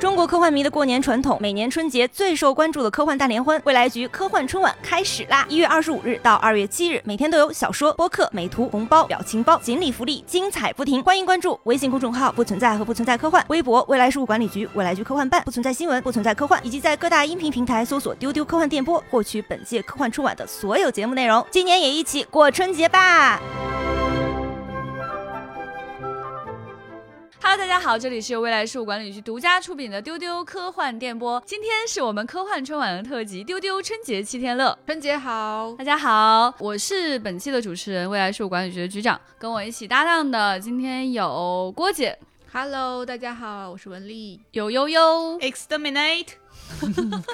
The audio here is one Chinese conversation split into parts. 中国科幻迷的过年传统，每年春节最受关注的科幻大联欢，未来局科幻春晚开始啦！一月二十五日到二月七日，每天都有小说、播客、美图、红包、表情包、锦鲤福利，精彩不停！欢迎关注微信公众号“不存在”和“不存在科幻”，微博“未来事务管理局”、“未来局科幻办”、“不存在新闻”、“不存在科幻”，以及在各大音频平台搜索“丢丢科幻电波”，获取本届科幻春晚的所有节目内容。今年也一起过春节吧！ Hello，大家好，这里是由未来事务管理局独家出品的丢丢科幻电波。今天是我们科幻春晚的特辑《丢丢春节七天乐》。春节好，大家好，我是本期的主持人，未来事务管理局的局长。跟我一起搭档的今天有郭姐， Hello，大家好，我是文丽。有悠悠， Exterminate，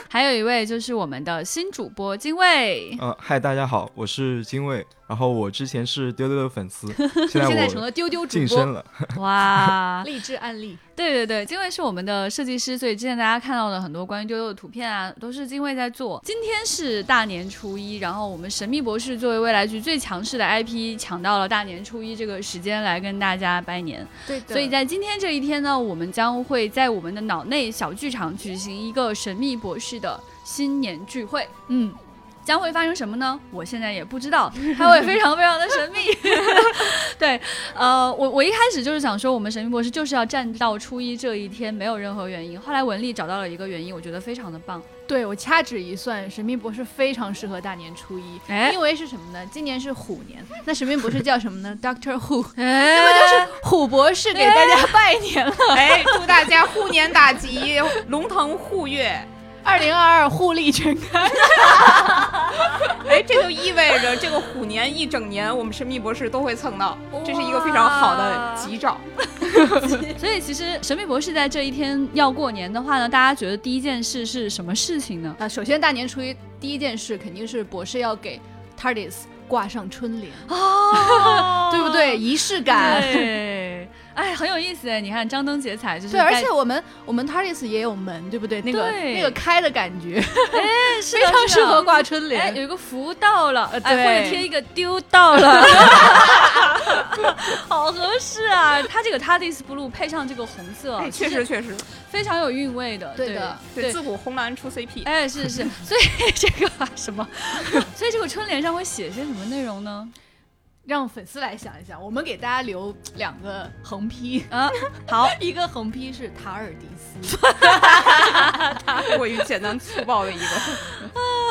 还有一位就是我们的新主播金哎卫。呃，嗨，大家好，我是金卫，然后我之前是丢丢的粉丝，现 在现在成啊 我了丢丢主晋升播，了。哇，励志案例。对对对，金卫是我们的设计师，所以之前大家看到的很多关于丢丢的图片啊，都是金卫在做。今天是大年初一，然后我们神秘博士作为未来局最强势的 IP，抢到了大年初一这个时间来跟大家拜年。对的所以在今天这一天呢，我们将会在我们的脑内小剧场举行一个神秘博士的新年聚会。嗯，将会发生什么呢？我现在也不知道，它会非常非常的神秘。 对，呃，我我一开始就是想说，我们神秘博士就是要站到初一这一天，没有任何原因。后来文丽找到了一个原因，我觉得非常的棒。对我掐指一算，神秘博士非常适合大年初一，哎因为是什么呢？今年是虎年，那神秘博士叫什么呢？Doctor Who， 哎，那么就是虎博士给大家拜年了。哎，祝大家虎年大 吉，龙腾虎跃。二零二二互利全开，哎，这就意味着这个虎年一整年，我们神秘博士都会蹭到，这是一个非常好的吉兆。 所以其实神秘博士在这一天要过年的话呢，大家觉得第一件事是什么事情呢？啊，首先大年初一第一件事肯定是博士要给 TARDIS 挂上春联，哦 对不对？？仪式感。对，哎，很有意思哎！你看张灯结彩，就是对，而在 且我们我们 TARDIS 也有门，对不对？那个对那个开的感觉哎是 非的常是适的合挂春哎，联。有一个福到了，哎，或者对贴一个丢到了，好合适啊！它这个 TARDIS blue 配上这个红色，哎，确就是实确实，非常有韵味的，对哦对的对，自古红蓝 出 CP。哎，是是，所以这个啊什么， 所以这个春联上会写些什么内容呢？让粉丝来想一想，我们给大家留两个横批，啊，好， 一个横批是塔尔迪 斯，过于简单粗暴的一个，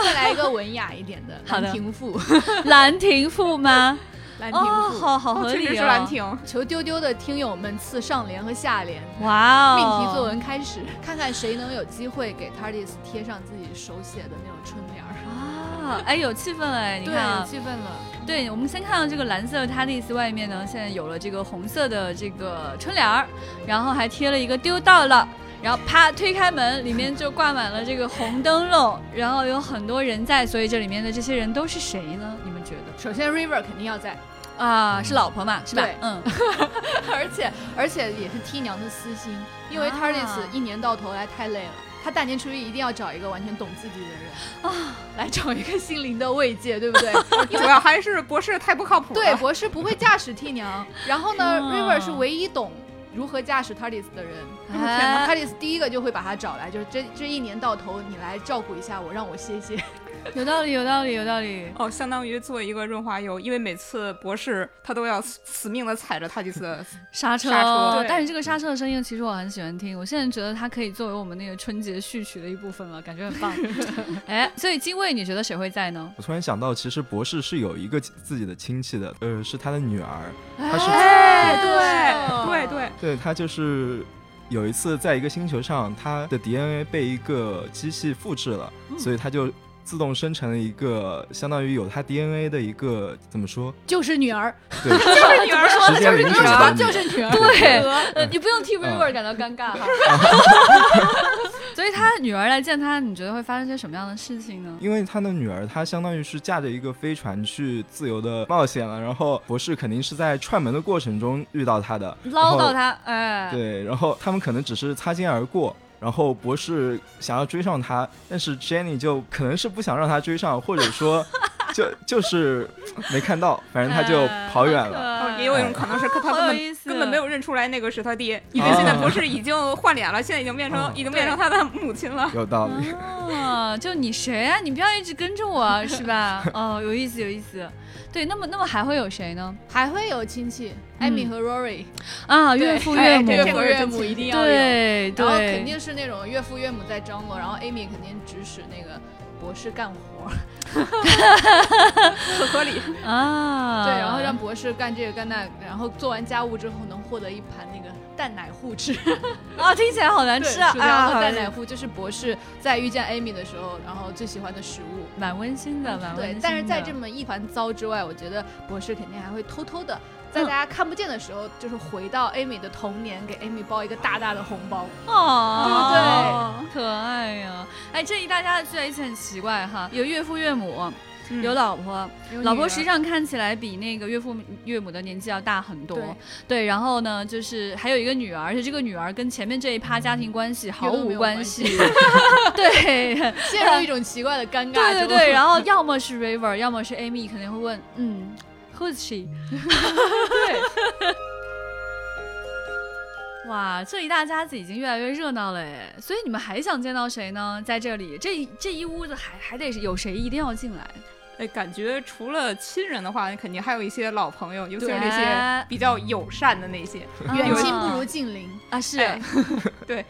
再来一个文雅一点的好的兰亭赋，兰亭赋吗？兰亭哦，赋。好好合确理实哦，是兰亭。 求丢丢的听友们赐上联和下联，哇命哦，题作文开始，看看谁能有机会给 TARDIS 贴上自己手写的那种春联儿。啊，哎，有气氛哎，你看对，有啊，气氛了。对，我们先看到这个蓝色的 TARDIS 外面呢，现在有了这个红色的这个春联儿，然后还贴了一个丢到了。然后啪推开门，里面就挂满了这个红灯笼，然后有很多人在，所以这里面的这些人都是谁呢？你们觉得首先 River 肯定要在，啊？是老婆嘛，是吧对？ 嗯，而且而且也是 T 娘的私心，因为啊 TARDIS 一年到头来太累了，她大年初一一定要找一个完全懂自己的人啊，来找一个心灵的慰藉，对不 对？主要还是博士太不靠谱了。对，博士不会驾驶 T 娘，然后呢嗯，River 是唯一懂。如何驾驶 TARDIS 的人哎，TARDIS 第一个就会把他找来，就是这这一年到头你来照顾一下我，让我歇歇。 有道理，有道理，有道 理。哦，相当于做一个润滑油，因为每次博士他都要死死命的踩着他几哦次。刹车，哦刹车对但是这个刹车的声音其实我很喜欢听，我现在觉得它可以作为我们那个春节序曲的一部分了，感觉很 棒。哎，所以金卫，你觉得谁会在呢？我突然想到，其实博士是有一个自己的亲戚的，呃，是他的女啊儿，她哦是对对对，对她就是有一次在一个星球上，她的 DNA 被一个机器复制了，嗯所以她就自动生成了一个相当于有她 DNA 的一个怎么说？ 就是女儿，对，就是 女儿时间就允许是的说女就是女儿，对呃，嗯你不用替 River 感到尴尬 哈。所以他女儿来见他，你觉得会发生些什么样的事情呢？因为他的女儿，她相当于是驾着一个飞船去自由的冒险了，然后博士肯定是在串门的过程中遇到她的，唠然叨后他，哎，对，然后他们可能只是擦肩而过，然后博士想要追上他，但是 Jenny 就可能是不想让他 追上，或者说就就是没看到，反正他就跑远了。了 哦，也有一种可能是他根哎好有本意思根本没有认出来那个是他爹，因为现在博士已经换脸了，现在已经变成哦已经变成他的母 亲了。有道理。哦，就你谁啊？你不要一直跟着我，啊是 吧？哦，有意思，有意思。对，那么那么还会有谁呢？ 还会有亲戚，艾米和 Rory，啊，对岳父哎岳这母，个嗯岳父是岳真母一定要有，对然后对，肯定是那种岳父岳母在张罗，然后 Amy 肯定指使那个博士干活，很合理。啊， 对，然后让博士干这个干那，然后做完家务之后能获得一盘那个蛋奶糊吃，哦，听起来好难 对，吃薯啊，条啊和蛋奶糊就是博士在遇见 Amy 的时候，然后最喜欢的食物。蛮温馨的，蛮温馨的。，对但是在这么一团糟之外，我觉得博士肯定还会偷偷的，在嗯大家看不见的时候，就是回到 Amy 的童年，给 Amy 包一个大大的红包。哦，对不对？可爱呀、哎，这一大家子聚在一起很奇怪哈，有岳父岳母，嗯有老婆，有老女婆儿实际上看起来比那个岳父岳母的年纪要大很多，对对然后呢，就是还有一个女儿，而且这个女儿跟前面这一趴家庭关系毫都没无有关关系 系，对 陷入一种奇怪的尴尬。对对就对，然后要么是 River，要么是 Amy，肯定会问，嗯，Who's she？对，哇，这一大家子已经越来越热闹了哎，所以你们还想见到谁呢？在这里，这这一屋子还还得是有谁一定要进来？哎，感觉除了亲人的话，肯定还有一些老朋友，尤其是对那些比较友善的那些。远亲不如近邻，啊，是哎 对，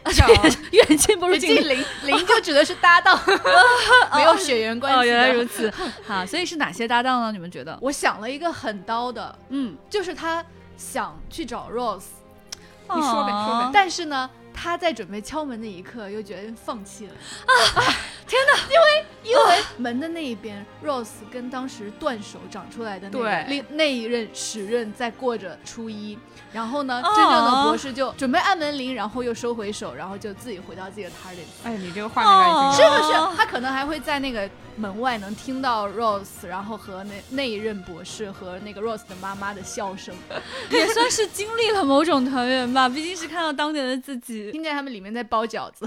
远 亲不如近邻。呃近邻 邻就指的是搭档， 没有血缘关哦，系原的。来如此。好，所以是哪些搭档呢？你们觉得？我想了一个很刀的，嗯，就是他想去找 Rose，你说呗说呗但但是呢，他在准备敲门那一刻又决定放弃了。啊！天哪！因为啊因为门的那一边，Rose 跟当时断手长出来的那个对另那一任时任在过着初一，然后呢，哦真正的博士就准备按门铃，然后又收回手，然后就自己回到自己的 target。哎，你这个画面感已是经不是？哦他可能还会在那个门外能听到 Rose，然后和那那一任博士和那个 Rose 的妈妈的笑声，也算是经历了某种团圆吧，毕竟是看到当年的自 己。听见他们里面在包饺子。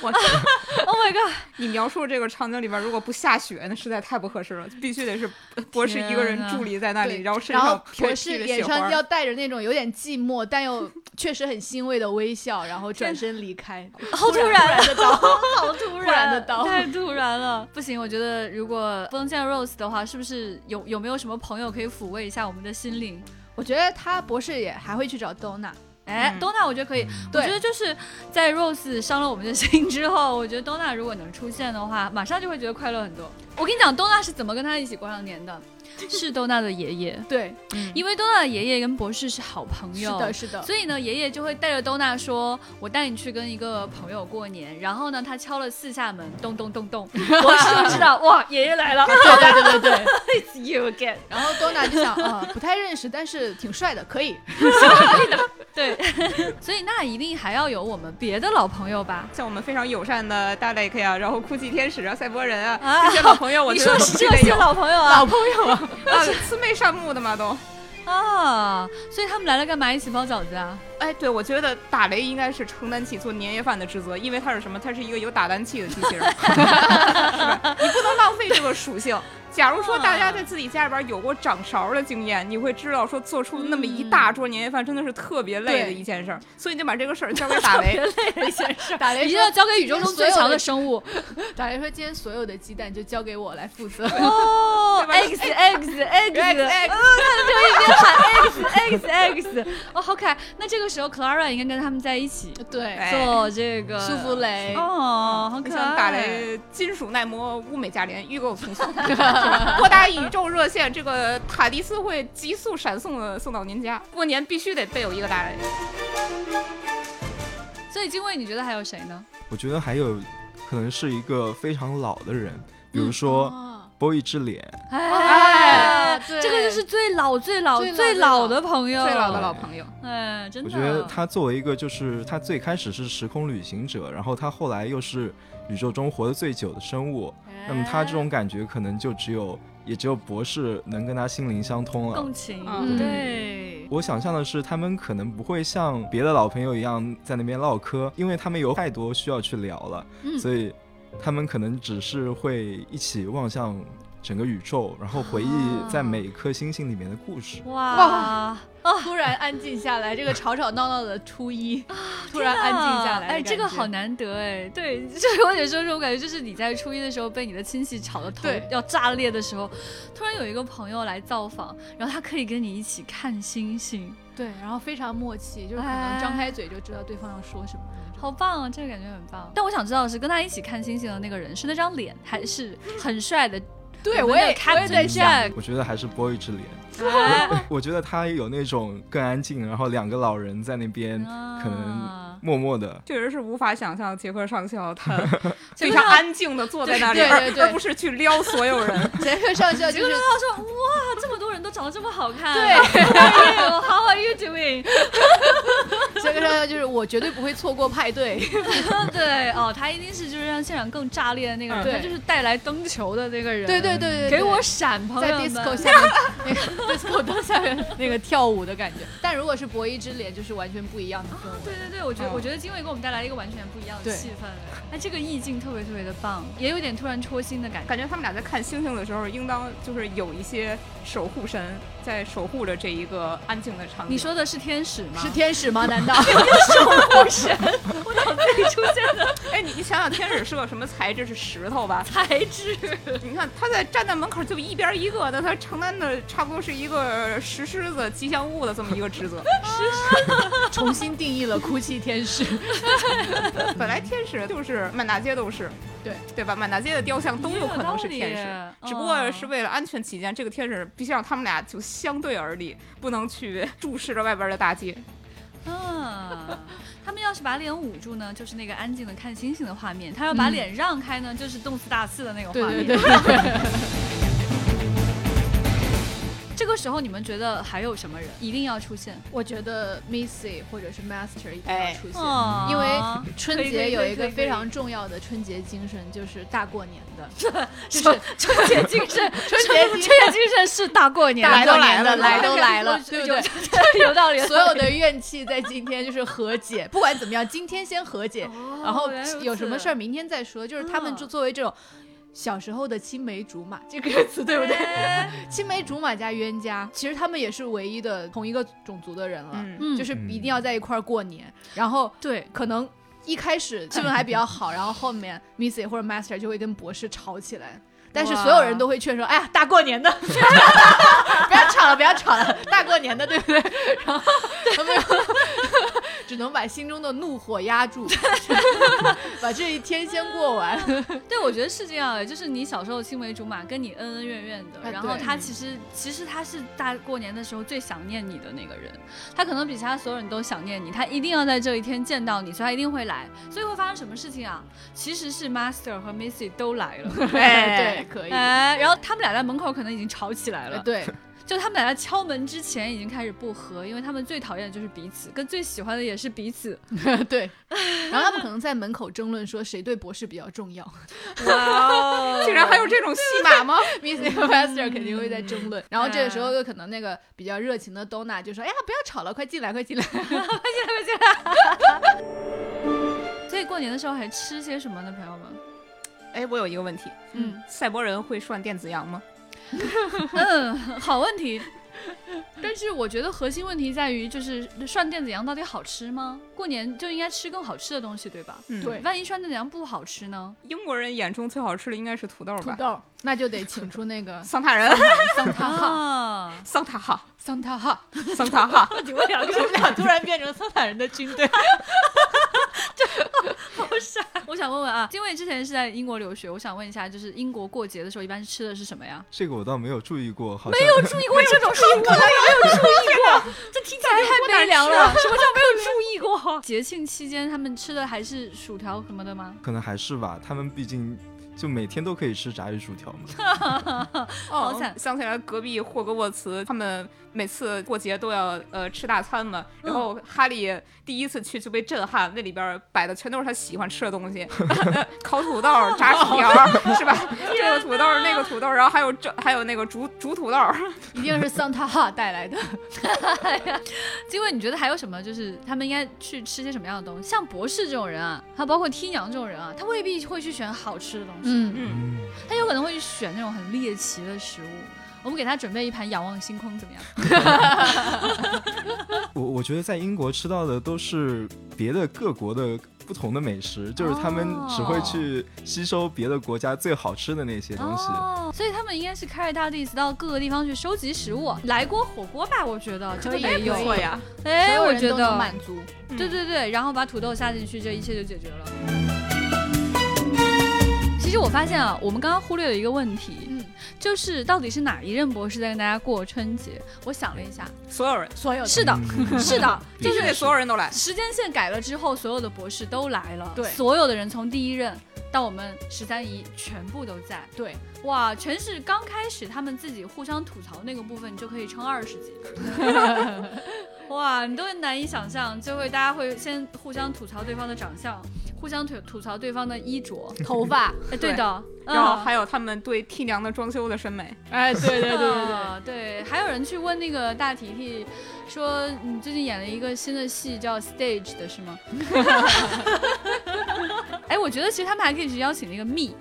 我 Oh my god！你描述这个场景里边，如果不下雪，那实在太不合适了，必须得是博士一个人天呐伫立 在那里，啊对然后身然后上飘博披士着脸雪花上。要带着那种有点寂寞但又确实很欣慰的微笑，然后转身离开。好突然，啊的刀，好 突突然的 刀太突然了。不行，我觉得如果不能见 Rose 的话，是不是有有没有什么朋友可以抚慰一下我们的心灵？我觉得他博士也还会去找 Donna，哎、嗯 d o n a 我觉得可以。我对觉得就是在 Rose 伤了我们的心之后，我觉得 Donna 如果能出现的话，马上就会觉得快乐很多。我跟你讲，Donna 是怎么跟他一起过上年的？ 是 Donna 的爷爷，对，嗯因为 Donna 的爷爷跟博士是好朋是友，的，是的，所以呢，爷爷就会带着 Donna 说：“我带你去跟一个朋友过年。”然后呢，他敲了四下门，咚咚咚咚，博士就知道哇，爷爷来了对对对对对。 ，It's you again。然后 Donna 就想啊、不太认识，但是挺帅的，可以。对， 所以那一定还要有我们别的老朋友吧？像我们非常友善的大 Lake 呀、然后哭泣天使啊、赛博人啊，啊这些老朋友，我你觉得说我是必须这得些有。老朋友啊朋友啊， 啊，魑魅善目的嘛都。啊！所以他们来了干嘛？一起包饺子啊？哎，对，我觉得打雷应该是承担起做年夜饭的职责，因为它是什么？它是一个有打蛋器的机 器人，是吧？你不能浪费这个属性。假如说大家嗯在自己家里边有过掌勺的经验，你会知道说做出那么一大嗯桌年夜饭真的是特别累的对一件事儿，所以你就把这个 事儿交给打雷。打一雷定说要交给宇宙中最强的生物打雷说今天所有的鸡蛋就交给我来负责。 哦对！X X X X X， X 就一边喊 X X X，哦，好可爱。那这个时候 Clara 应该跟他们在一起对，哎做这个舒嗯芙蕾。哦，好你可想爱！打雷金属耐磨物美价廉，预购 从速，拨打宇宙热线，这个塔迪斯会急速闪送的送到您家。过年必须得备有一个打嗯雷。所以金卫，你觉得还有谁呢？我觉得还有可能是一个非常老的人，比如说哦 Boy 之脸，哎对这个就是最老、最老、最老最最老老的朋友，最老的老朋友，哎，真我的，觉得他作为一个就是他最开始是时空旅行者，然后他后来又是宇宙中活得最久的生物，那么他这哎种感觉可能就只有也只有博士能跟他心灵相通了共。情，嗯对，我想象的是，他们可能不会像别的老朋友一样在那边唠嗑，因为他们有太多需要去聊了，嗯所以他们可能只是会一起望向整个宇宙，然后回忆啊在每一颗星星里面的故事。哇，突然安静下来，这个吵吵闹闹的初一， 突然安静啊下来的感觉，哎，这个好难得哎。对， 就是我有时候说，我感觉就是你在初一的时候被你的亲戚吵得头对要炸裂的时候，突然有一个朋友来造访，然后他可以跟你一起看星星，对，然后非常默契，就是可能张开嘴就知道对方要说什么那种。好棒啊！这个感觉很棒。但我想知道的是，跟他一起看星星的那个人是那张脸，还是很帅的？对，我我们的也我也 Captain 在想， Jack 我觉得还是 boy 之脸，哎我 觉得他有那种更安静，然后两个老人在那边可能啊默默的。确实是无法想象杰克上 校他非克常上安静的坐在那里，对对对对而而不是去撩所有人。 杰克上校 就是他说：“哇，这么多人都长得这么好看。” 对，How are you doing？杰克上校就是我绝对不会错过派对，对，哦，他一定是就是让现场更炸裂的那个人，嗯他就是带来灯球的那个人。对对对对，给我对闪，朋在友 disco 们！下面那个 disco 灯下面那个跳舞的感觉。但如果是博弈之脸，就是完全不一样的 氛围。对对对，我觉得、哦我觉得经纬给我们带来一个完全不一样的对气氛，哎，这个意境特别特别的棒，也有点突然戳心的感觉。感觉他们俩在看星星的时候，应当就是有一些守护神在守护着这一个安静的场景。你说的是天使吗？是天使吗？难道 天使，我脑子里出现的哎，你你想想，天使是个什么材质？是石 头吧？材质。你看他在站在门口就一边一个，那他承担的差不多是一个石狮子吉祥物的这么一个职责。重新定义了哭泣天使？本来天使就是满大街都是，对对吧？满大街的雕像都有可能是天也有使道理，嗯只不过是为了安全起见，这个天使必须让他们俩就相对而立，不能去注视着外边的大街。啊，他们要是把脸捂住呢，就是那个安静的看星星的画面；他要把脸让开呢，就是动次大次的那个对画面。 对对对， 这个时候你们觉得还有什么人一定要出现？我觉得 Missy 或者是 Master 一定要哎出现。哦因为春可以可节以有可以一个可以非常重要的春节精神，就是大过年的，就是 春节精神，春节春精节神精神是大过年的，来都来了来都来 了我 对不对有有道理，所有的怨气在今天就是和解， 不管怎么样，今天先和解， 哦。然后原来如此有什么事儿明天再说。就是他们嗯就作为这种小时候的青梅竹马，这个词对不对？哎青梅竹马加冤家，其实他们也是唯一的同一个种族的人了，嗯，嗯，就就是一定要在一块儿过年，然后对。可能。一开始气氛还比较好， 然后后面 Missy 或者 Master 就会跟博士吵起来，但是所有人都会劝说：“哎呀，大过年的，不要吵了，不要吵了，大过年的，对不对？”然后他们只能把心中的怒火压住， 把这一天先过完。对，我觉得是这样的，就是你小时候青梅竹马跟你恩恩怨怨的，哎然后对他其实其实他是大过年的时候最想念你的那个人，他可能比其他所有人都想念你，他一定要在这一天见到你，所以他一定会来。所以会发生什么事情啊？其实是 Master 和 Missy 都来 了，对，可以，哎，然后他们俩在门口可能已经吵起来呃了，对，就他们俩在敲门之前已经开始不和，因为他们最讨厌的就是彼此，跟最喜欢的也是彼此。对，然后他们可能在门口争论说谁对博士比较重要 哇哦竟然还有这种戏 码吗？ ，Missy 和 Master 肯定会在争论。然后这个时候，有可能那个比较热情的 Donna 就说：“哎呀，不要吵了，快进来，快进来。所以过年的时候还吃些什么呢，朋友们？哎，我有一个问题，嗯赛博人会涮电子羊吗？嗯，好问题。 但是我觉得核心问题在于，就是涮电子羊到底好吃吗？过年就应该吃更好吃的东西，对吧？嗯，对万一涮电子羊不好吃呢？英国人眼中最好吃的应该是土豆”土吧？豆，那就得请出那个桑塔人，桑塔哈，啊，桑塔哈，桑塔哈，桑塔哈，你们两个们俩突然变成桑塔人的军 队，我想问问啊，因为之前是在英国留学，我想问一下，就是英国过节的时候一般吃的是什么呀？这个我倒没有注意过，好像没有注意过这种事情，我没有注意过， 这听起来太悲凉了。什么叫没有注意过？ 节庆期间他们吃的还是薯条什么的吗？ 可能还是吧，他们毕竟就每 天都可以吃炸鱼薯条嘛。哦好惨想起来隔壁霍格沃茨他们每次过节都要呃吃大餐嘛，然后哈利第一次去就被震撼，那里边摆的全都是他喜欢吃的东西，烤土豆、炸薯条，是吧？这个土豆、那个土豆，然后还有这还有那个煮煮土豆，一定是桑塔哈带来的。结果你觉得还有什么？就是他们应该去吃些什么样的东西？像博士这种人啊，还有包括 T 娘这种人啊，他未必会去选好吃的东西，嗯，嗯，嗯，他有可能会去选那种很猎奇的食物。我们给他准备一盘仰望星空，怎么样？我我觉得在英国吃到的都是别的各国的不同的美食，就是他们只会去吸收别的国家最好吃的那些东西。哦，所以他们应该是开着大 D 到各个地方去收集食物，来锅火锅吧，我觉得这个可以也有可以。错呀，哎，所有我人觉都能得，满足。嗯对对对，然后把土豆下进去，这一切就解决了。其实我发现啊，我们刚刚忽略了一个问题，嗯，就是到底是哪一任博士在跟大家过春节？我想了一下，所有人所有的是的，嗯是的，必须就必须是得所有人都来。时间线改了之后，所有的博士都来了，对所有的人从第一任到我们十三姨全部都在，对，哇，全是刚开始他们自己互相吐槽那个部分，你就可以撑二十集。 哇，你都难以想象，就会大家会先互相吐槽对方的长相，互相吐吐槽对方的衣 着。头发，哎，对的，嗯然后还有他们对 T 娘的装修的审美，哎，对 对啊对还有人去问那个大提提，说你最近演了一个新的戏叫 Stage 的是吗？ 哎，我觉得其实他们还可以去邀请那个蜜，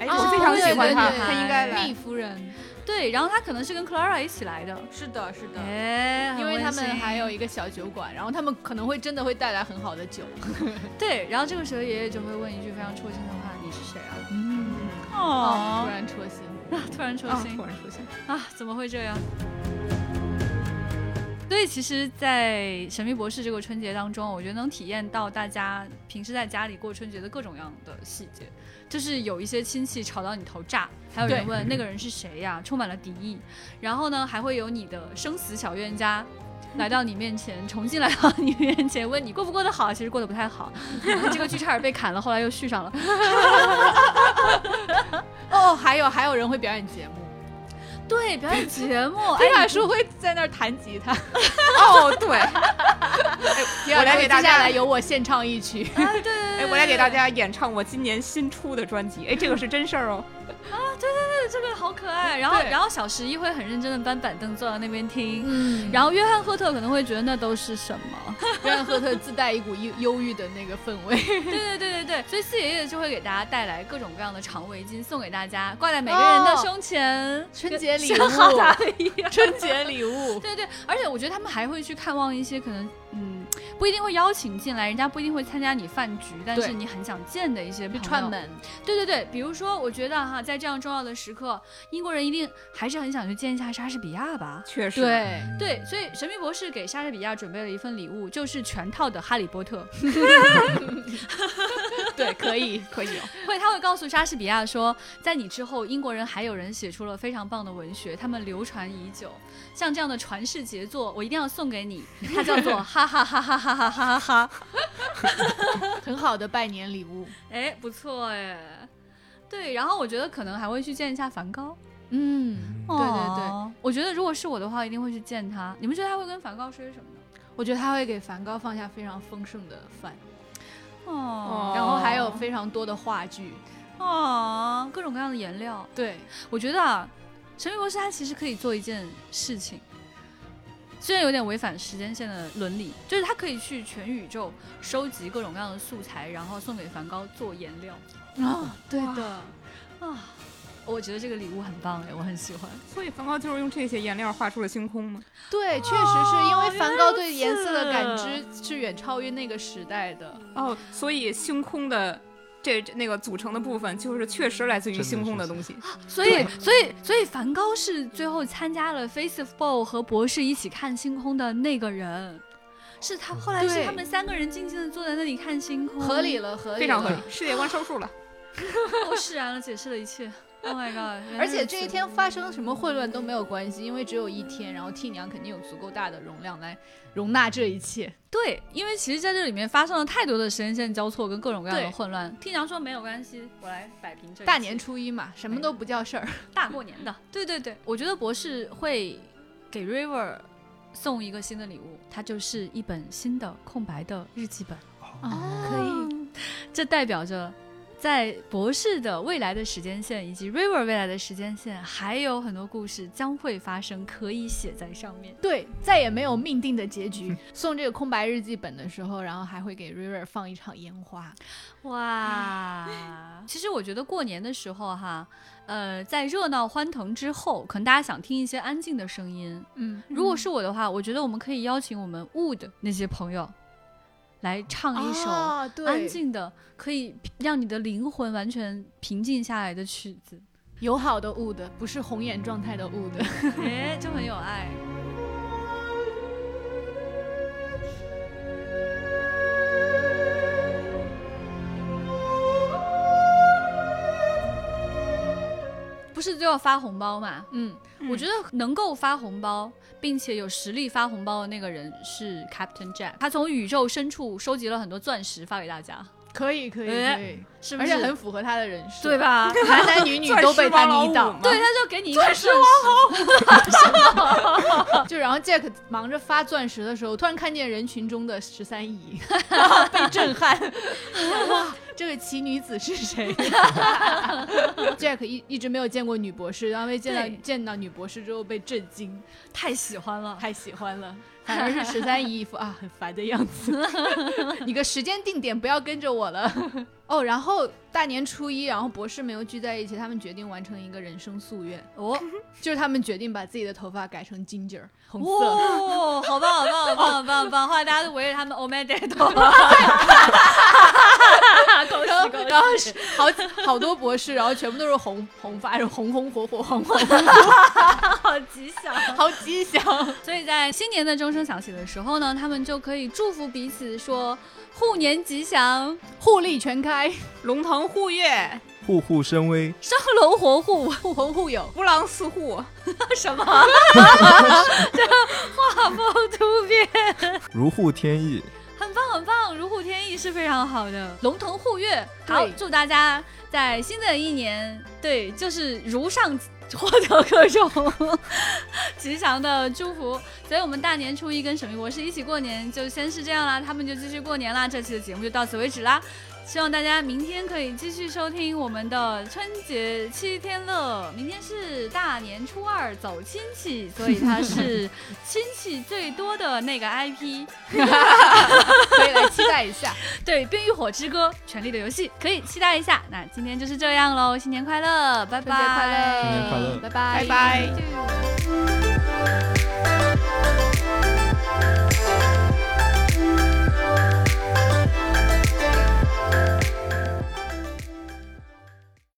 哎，哦我非常喜对欢对她，对她应该来蜜。夫人，对，然后他可能是跟 Clara 一起来的，是的，是的。哎，因为他们还有。有一个小酒馆，然后他们可能会真的会带来很好的酒。对，然后这个时候爷爷就会问一句非常戳心的话：“你是谁啊嗯，？”突哦，然戳心。突然戳啊心突然出现，啊，怎么会这样？所以其实，在《神秘博士》这个春节当中，我觉得能体验到大家平时在家里过春节的各种各样的细节，就是有一些亲戚吵到你头炸，还有人对问那个人是谁呀、充满了敌意。然后呢，还会有你的生死小冤家。来到你面前，重新来到你面前，问你过不过得好，其实过得不太好。这个剧差点被砍了，后来又续上了。哦，还有还有人会表演节目，对，表演节 目，皮哎，卡叔会在那儿弹吉他。哦，对，哎皮我卡来叔给接大家下来由我献唱一曲。哎对对对哎，我来给大家演唱我今年新出的专辑，哎，这个是真事儿哦。这个好可爱。然后，对然后小十一会很认真的搬板凳坐到那边听。嗯 然然后约翰赫特可能会觉得那都是什 么？后约翰赫特自带一股忧忧郁的那个氛围，对对对对对，所以四爷爷就会给大家带来各种各样的长围巾送给大家，挂在每个人的哦胸前，春跟节礼像哈物 达的一样。 春节礼物。对对，而且我觉得他们还会去看望一些可能，嗯，不一定会邀请进来，人家不一定会参加你饭局，但是对你很想见的一些朋友。就串门，对对对，比如说，我觉得哈，在这样重要的时刻，英国人一定还是很想去见一下莎士比亚吧。 确实，对，对，所以神秘博士给莎士比亚准备了一份礼物，就是全套的《哈利波特》 对，可以，可以、哦会他会告诉莎士比亚说，在你之后，英国人还有人写出了非常棒的文学，他们流传已久。像这样的传世杰作，我一定要送给你，它叫做 哈哈哈哈哈哈哈哈哈。很好的拜年礼物。哎，不错哎。对，然后我觉得可能还会去见一下梵高。嗯，对对对，我觉得如果是我的话，一定会去见他。你们觉得他会跟梵高说些什么呢？我觉得他会给梵高放下非常丰盛的饭，哦然后还有非常多的话剧。哦，各种各样的颜料。对，我觉得啊，神秘博士他其实可以做一件事情，虽然有点违反时间线的伦理，就是他可以去全宇宙收集各种各样的素材，然后送给梵高做颜料啊，对的，啊。我觉得这个礼物很棒哎，我很喜欢。所以梵高就是用这些颜料画出了星空嘛。对，确实是因为原梵来高如 对颜色的感此知嗯是远超于那个时代的。哦，所以星空的这这那个组成的部分，就是确实来自于星空的东西。所以，所以，所以，梵高是最后参加了 Face of Ball 和博士一起看星空的那个人，是他。后来是对他们三个人静静的坐在那里看星空，合理了，合理，非常合理。，世界观收束了。 我哦释然了，解释了一切。Oh my god！原来而且如这此一天发生什么混乱都没有关系，因为只有一天，然后 T 娘肯定有足够大的容量来容纳这一切。对，因为其实在这里面发生了太多的时间线交错跟各种各样的对混乱。听娘说没有关系，我来摆平这一大切年初一嘛，什么都不叫事儿。大过年的，对对对，我觉得博士会给 River 送一个新的礼物，它就是一本新的空白的日记本。哦 可以，这代表着，在博士的未来的时间线以及 River 未来的时间线，还有很多故事将会发生，可以写在上面。对，再也没有命定的结局。送这个空白日记本的时候，然后还会给瑞瑞放一场烟花。 哇，其实我觉得过年的时候哈，呃，在热闹欢腾之后，可能大家想听一些安静的声音。嗯，如果是我的话，我觉得我们可以邀请我们 Wood 那些朋友来唱一首啊、安对，静的，可以让你的灵魂完全平静下来的曲子。友好的 wood 不是红眼状态的 wood。哎，就很有爱。不是就要发红包嘛？嗯，我觉得能够发红包，并且有实力发红包的那个人是 Captain Jack，他从宇宙深处收集了很多钻石发给大家，可以，可以，哎可以，是不而是且很符合他的人设，对？吧？ 嗯男男女女都被他迷 倒，对，他就给你一个钻石，就然后 Jack 忙着发钻石的时候，突然看见人群中的十 三姨，被震撼。哇，这位奇女子 是谁？Jack 一一直没有见过女博士，然后被见对到见到女博士之后被震惊，太喜欢了。太喜欢 了。反而是十三姨一副啊很烦的样子， 你个时间定点不要跟着 我了。哦，然后大年初一，然后博士没有聚在一起，他们决定完成一个人生夙愿，哦，就是他们决定把自己的头发改成 ginger 红色。哇、好棒，好棒，好棒，好棒，好棒！后来大家都围着他们 Oh my God，恭然后喜恭然后喜！是好几好多博士，然后全部都是红红发，是红红火火，红红好吉祥。好吉祥。所以在新年的钟声响起的时候呢，他们就可以祝福彼此说虎年吉祥，互利全开，龙腾护月，户户生威，生龙活虎。互红互 友。孤狼四户，什么？这画风突变，如护天意。很棒，很棒！如虎添翼是非常好的，龙腾护月。好，对祝大家在新的一年，对，就是如上获得各种 吉祥的祝福。所以，我们大年初一跟沈明博士一起过年，就先是这样啦，他们就继续过年啦。这期的节目就到此为止啦，希望大家明天可以继续收听我们的春节七天乐。明天是大年初二走亲戚，所以它是 亲戚最多的那个 IP。可以来期待一下。 对《冰与火之歌》《权力的游戏》，可以期待一下。那今天就是这样喽，新年快乐，拜拜，春节快乐，新年快乐拜拜，拜拜。拜。